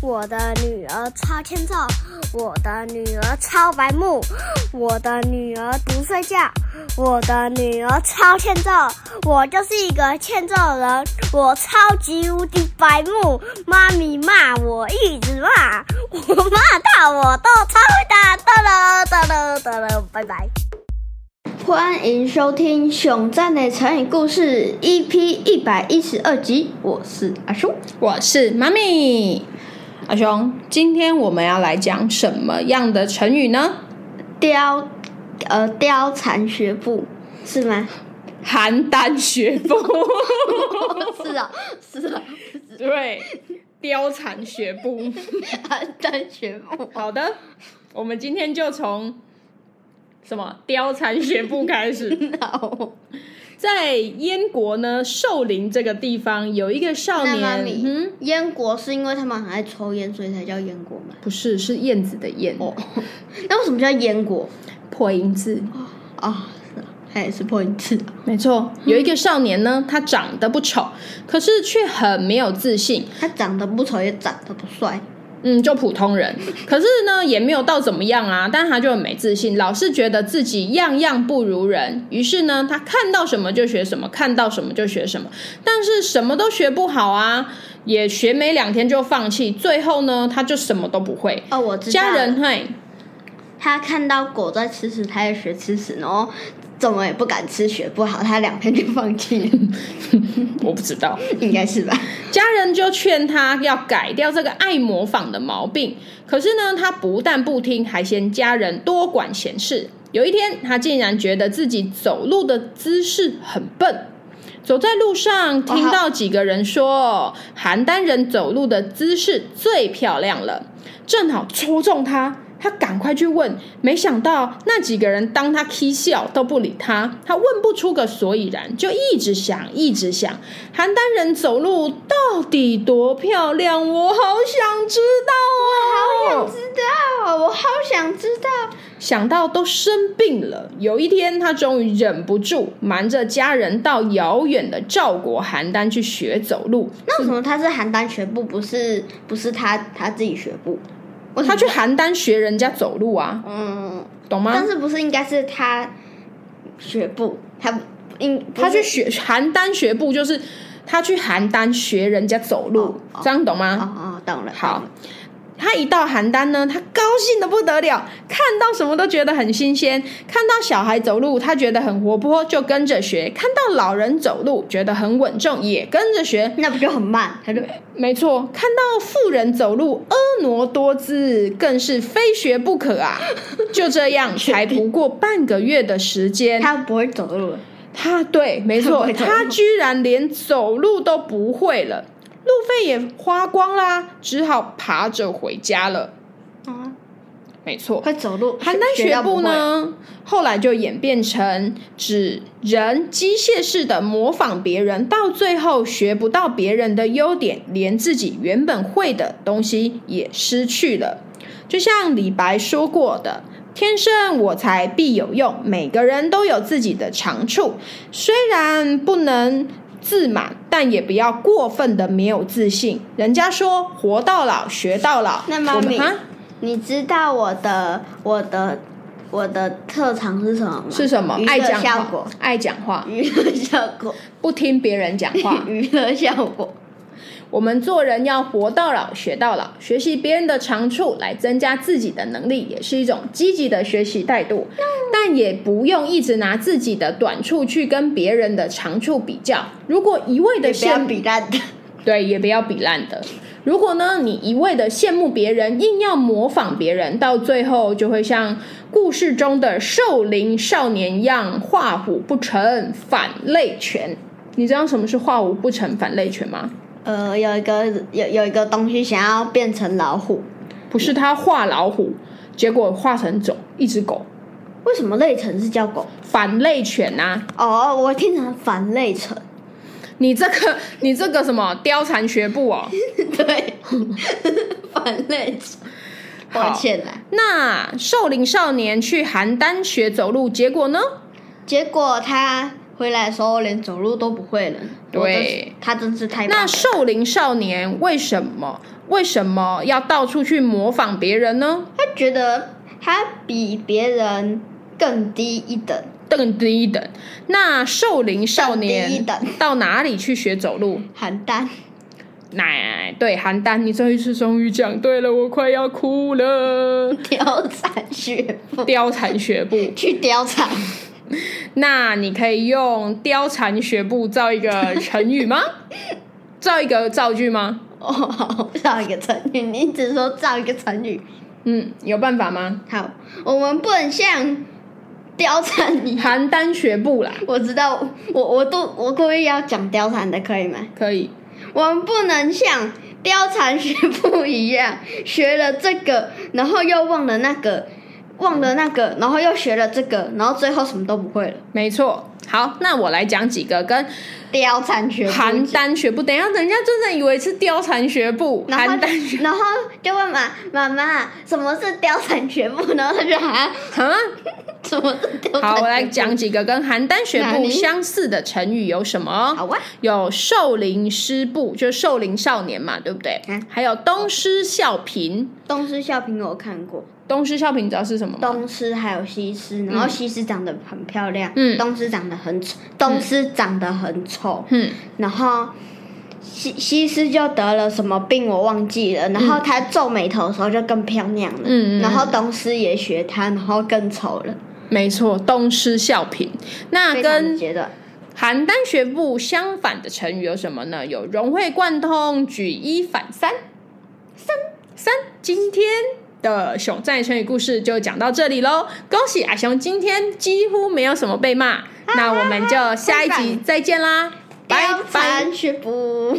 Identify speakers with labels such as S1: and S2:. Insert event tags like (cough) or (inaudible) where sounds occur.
S1: 我的女儿超欠揍，我的女儿超白目，我的女儿不睡觉，我的女儿超欠揍，我就是一个欠揍人，我超级无敌白目，妈咪骂我一直骂，我骂到我都超会打，哒了哒了哒了，拜拜。
S2: 欢迎收听《熊赞的成语故事》EP 一百一十二集，我是阿叔。
S3: 我是妈咪，阿雄，今天我们要来讲什么样的成语呢？
S2: 貂，呃，貂蝉学步是吗？
S3: 邯郸学步，
S2: (laughs) 是啊，是 (laughs) 啊，
S3: 对，貂蝉学步。
S2: 邯郸学步。
S3: 好的，我们今天就从什么貂蝉学步开始。
S2: (laughs) 好，
S3: 在燕国呢，寿陵这个地方有一个少
S2: 那
S3: 年，
S2: 妈咪，
S3: 嗯，
S2: 燕国是因为他们很爱抽烟，所以才叫燕国嘛？
S3: 不是，是燕子的燕，
S2: 哦那为什么叫燕国？
S3: 破音字。
S2: 啊，是啊，它也是破音字啊。
S3: 没错，有一个少年呢，他长得不丑，可是却很没有自信，
S2: 他长得不丑，也长得不帅。
S3: 嗯，就普通人。可是呢，也没有到怎么样啊，但他就很没自信，老是觉得自己样样不如人。于是呢，他看到什么就学什么，看到什么就学什么，但是什么都学不好啊，也学没两天就放弃。最后呢，他就什么都不会。
S2: 哦，我知道了。
S3: 家人嘿，
S2: 他看到狗在吃屎，他也学吃屎，哦然后怎么也不敢吃，学不好，他两天就放弃了，
S3: 我不知道。
S2: (laughs) 应该是吧？
S3: 家人就劝他要改掉这个爱模仿的毛病，可是呢，他不但不听，还嫌家人多管闲事。有一天，他竟然觉得自己走路的姿势很笨。走在路上，听到几个人说邯郸人走路的姿势最漂亮了，正好戳中他。他赶快去问，没想到那几个人当他 k 笑都不理他，他问不出个所以然，就一直想，一直想，邯郸人走路到底多漂亮？我好想知道哦，
S2: 我知道，我好想知道。
S3: 想到都生病了。有一天，他终于忍不住，瞒着家人到遥远的赵国邯郸去学走路。
S2: 那为什么他是邯郸学步，不是不是他他自己学步？为什
S3: 他
S2: 么
S3: 去邯郸学人家走路啊，
S2: 嗯，
S3: 懂吗
S2: 但？是不是应该是他学步？他不应不
S3: 他去
S2: 是
S3: 学邯郸学步，就是他去邯郸学人家走路，
S2: 哦哦
S3: 这样懂吗？
S2: 哦哦，懂了。
S3: 好
S2: 懂了，
S3: 他一到邯郸呢，他高兴的不得了，看到什么都觉得很新鲜。看到小孩走路，他觉得很活泼，就跟着学；看到老人走路，觉得很稳重，也跟着学。
S2: 那不就很慢？他就
S3: 没错，看到富人走路婀娜多姿，更是非学不可啊！就这
S2: (laughs)
S3: 样，才不过半个月的时间，
S2: 他不会走路了。
S3: 他对，没
S2: 不
S3: 错，
S2: 会走路
S3: 他居然连走路都不会了，路费也花光啦，只好爬着回家了。
S2: 啊，
S3: 没错，
S2: 哦会走路。
S3: 邯郸嗯学
S2: 到不
S3: 步
S2: 会？
S3: 呢，后来就演变成指人机械式的模仿别人，到最后学不到别人的优点，连自己原本会的东西也失去了。就像李白说过的。天生我材必有用，每个人都有自己的长处，虽然不能自满，但也不要过分的没有自信。人家说活到老学到老，
S2: 那妈
S3: 我们
S2: 咪
S3: 啊
S2: 你知道我的我的我的特长是什么吗？
S3: 是什么
S2: 娱？
S3: 爱
S2: 乐
S3: 讲
S2: 效
S3: 话
S2: 果，，
S3: 爱讲话，
S2: 娱乐效果，。
S3: 不听别人讲
S2: (laughs)
S3: 话
S2: 娱乐效果。
S3: 我们做人要活到老，学到老，学习别人的长处来增加自己的能力，也是一种积极的学习态度。
S2: 嗯
S3: 但也不用一直拿自己的短处去跟别人的长处比较。如果一味的
S2: 也不要
S3: 羡慕，
S2: 比烂的，
S3: 对，也不要比烂的。如果呢，你一味的羡慕别人，硬要模仿别人，到最后就会像故事中的瘦灵少年一样，画虎不成反类犬。你知道什么是画虎不成反类犬吗？
S2: 呃，有一个有有一个东西想要变成老虎，
S3: 不是他画老虎，结果画成走一只狗，
S2: 为什么类成是叫狗？
S3: 反类犬呐、
S2: 哦，我听成反类成。
S3: 你这个，你这个什么貂蝉学步哦？
S2: (laughs) 对， (laughs) 反类成。抱歉啦，
S3: 那瘦灵少年去邯郸学走路，结果呢？
S2: 结果他回来的时候连走路都不会了。我真是
S3: 对，
S2: 他真是太棒
S3: 那
S2: 了
S3: 瘦灵少年为什么为什么要到处去模仿别人呢？
S2: 他觉得他比别人更低一等，
S3: 更低一等。那瘦龄少
S2: 更低一
S3: 年
S2: 等
S3: 到哪里去学走路？
S2: 邯郸。
S3: 奶，对，邯郸，你这一次终于讲对了，我快要哭了。
S2: (laughs) 貂蝉学 (laughs) 步，
S3: 貂蝉学步，
S2: 去貂蝉，
S3: 那你可以用貂蝉学步造一个成语
S2: (laughs)
S3: 吗？造一个造句吗？
S2: 哦，好，造一个成语，你只说造一个成语。
S3: 嗯，有办法吗？
S2: 好，我们不能像貂蝉一样。 (laughs)
S3: 邯郸学步啦，
S2: 我知道，我我都我故意要讲貂蝉的，可以吗？
S3: 可以。
S2: 我们不能像貂蝉学步一样，学了这个，然后又忘了那个，忘了那个，然后又学了这个，然后最后什么都不会了。
S3: 没错，好，那我来讲几个跟
S2: 貂蝉学步，
S3: 邯郸学步。等一下，人家真的以为是貂蝉学步，
S2: 然后
S3: 邯郸学
S2: 然后就问妈妈妈什么是貂蝉学步，然后他就啊，
S3: 啊。
S2: 什么是貂蝉学步？
S3: 好，我来讲几个跟邯郸学
S2: 哪
S3: 步
S2: 里
S3: 相似的成语有什么？
S2: 好啊，
S3: 有瘦龄师部，就是瘦龄少年嘛，对不对？
S2: 嗯
S3: 还有东施效颦，
S2: 东施效颦我有看过，
S3: 东施效颦你知道是什么吗？
S2: 东施还有西施，然后西施长得很漂亮，
S3: 嗯
S2: 东施长得很丑，东施长得很丑，
S3: 嗯，
S2: 然后西西施就得了什么病我忘记了，然后她皱眉头的时候就更漂亮了，
S3: 嗯嗯嗯嗯
S2: 然后东施也学她，然后更丑了，
S3: 没错，东施效颦。那
S2: 非常
S3: 跟
S2: 的阶段，
S3: 邯郸学步相反的成语有什么呢？有融会贯通、举一反三。三三，今天的熊在成语故事就讲到这里喽。恭喜阿雄，今天几乎没有什么被骂。那我们就下一集再见啦，拜
S2: 貂
S3: 拜。
S2: 蝉学步。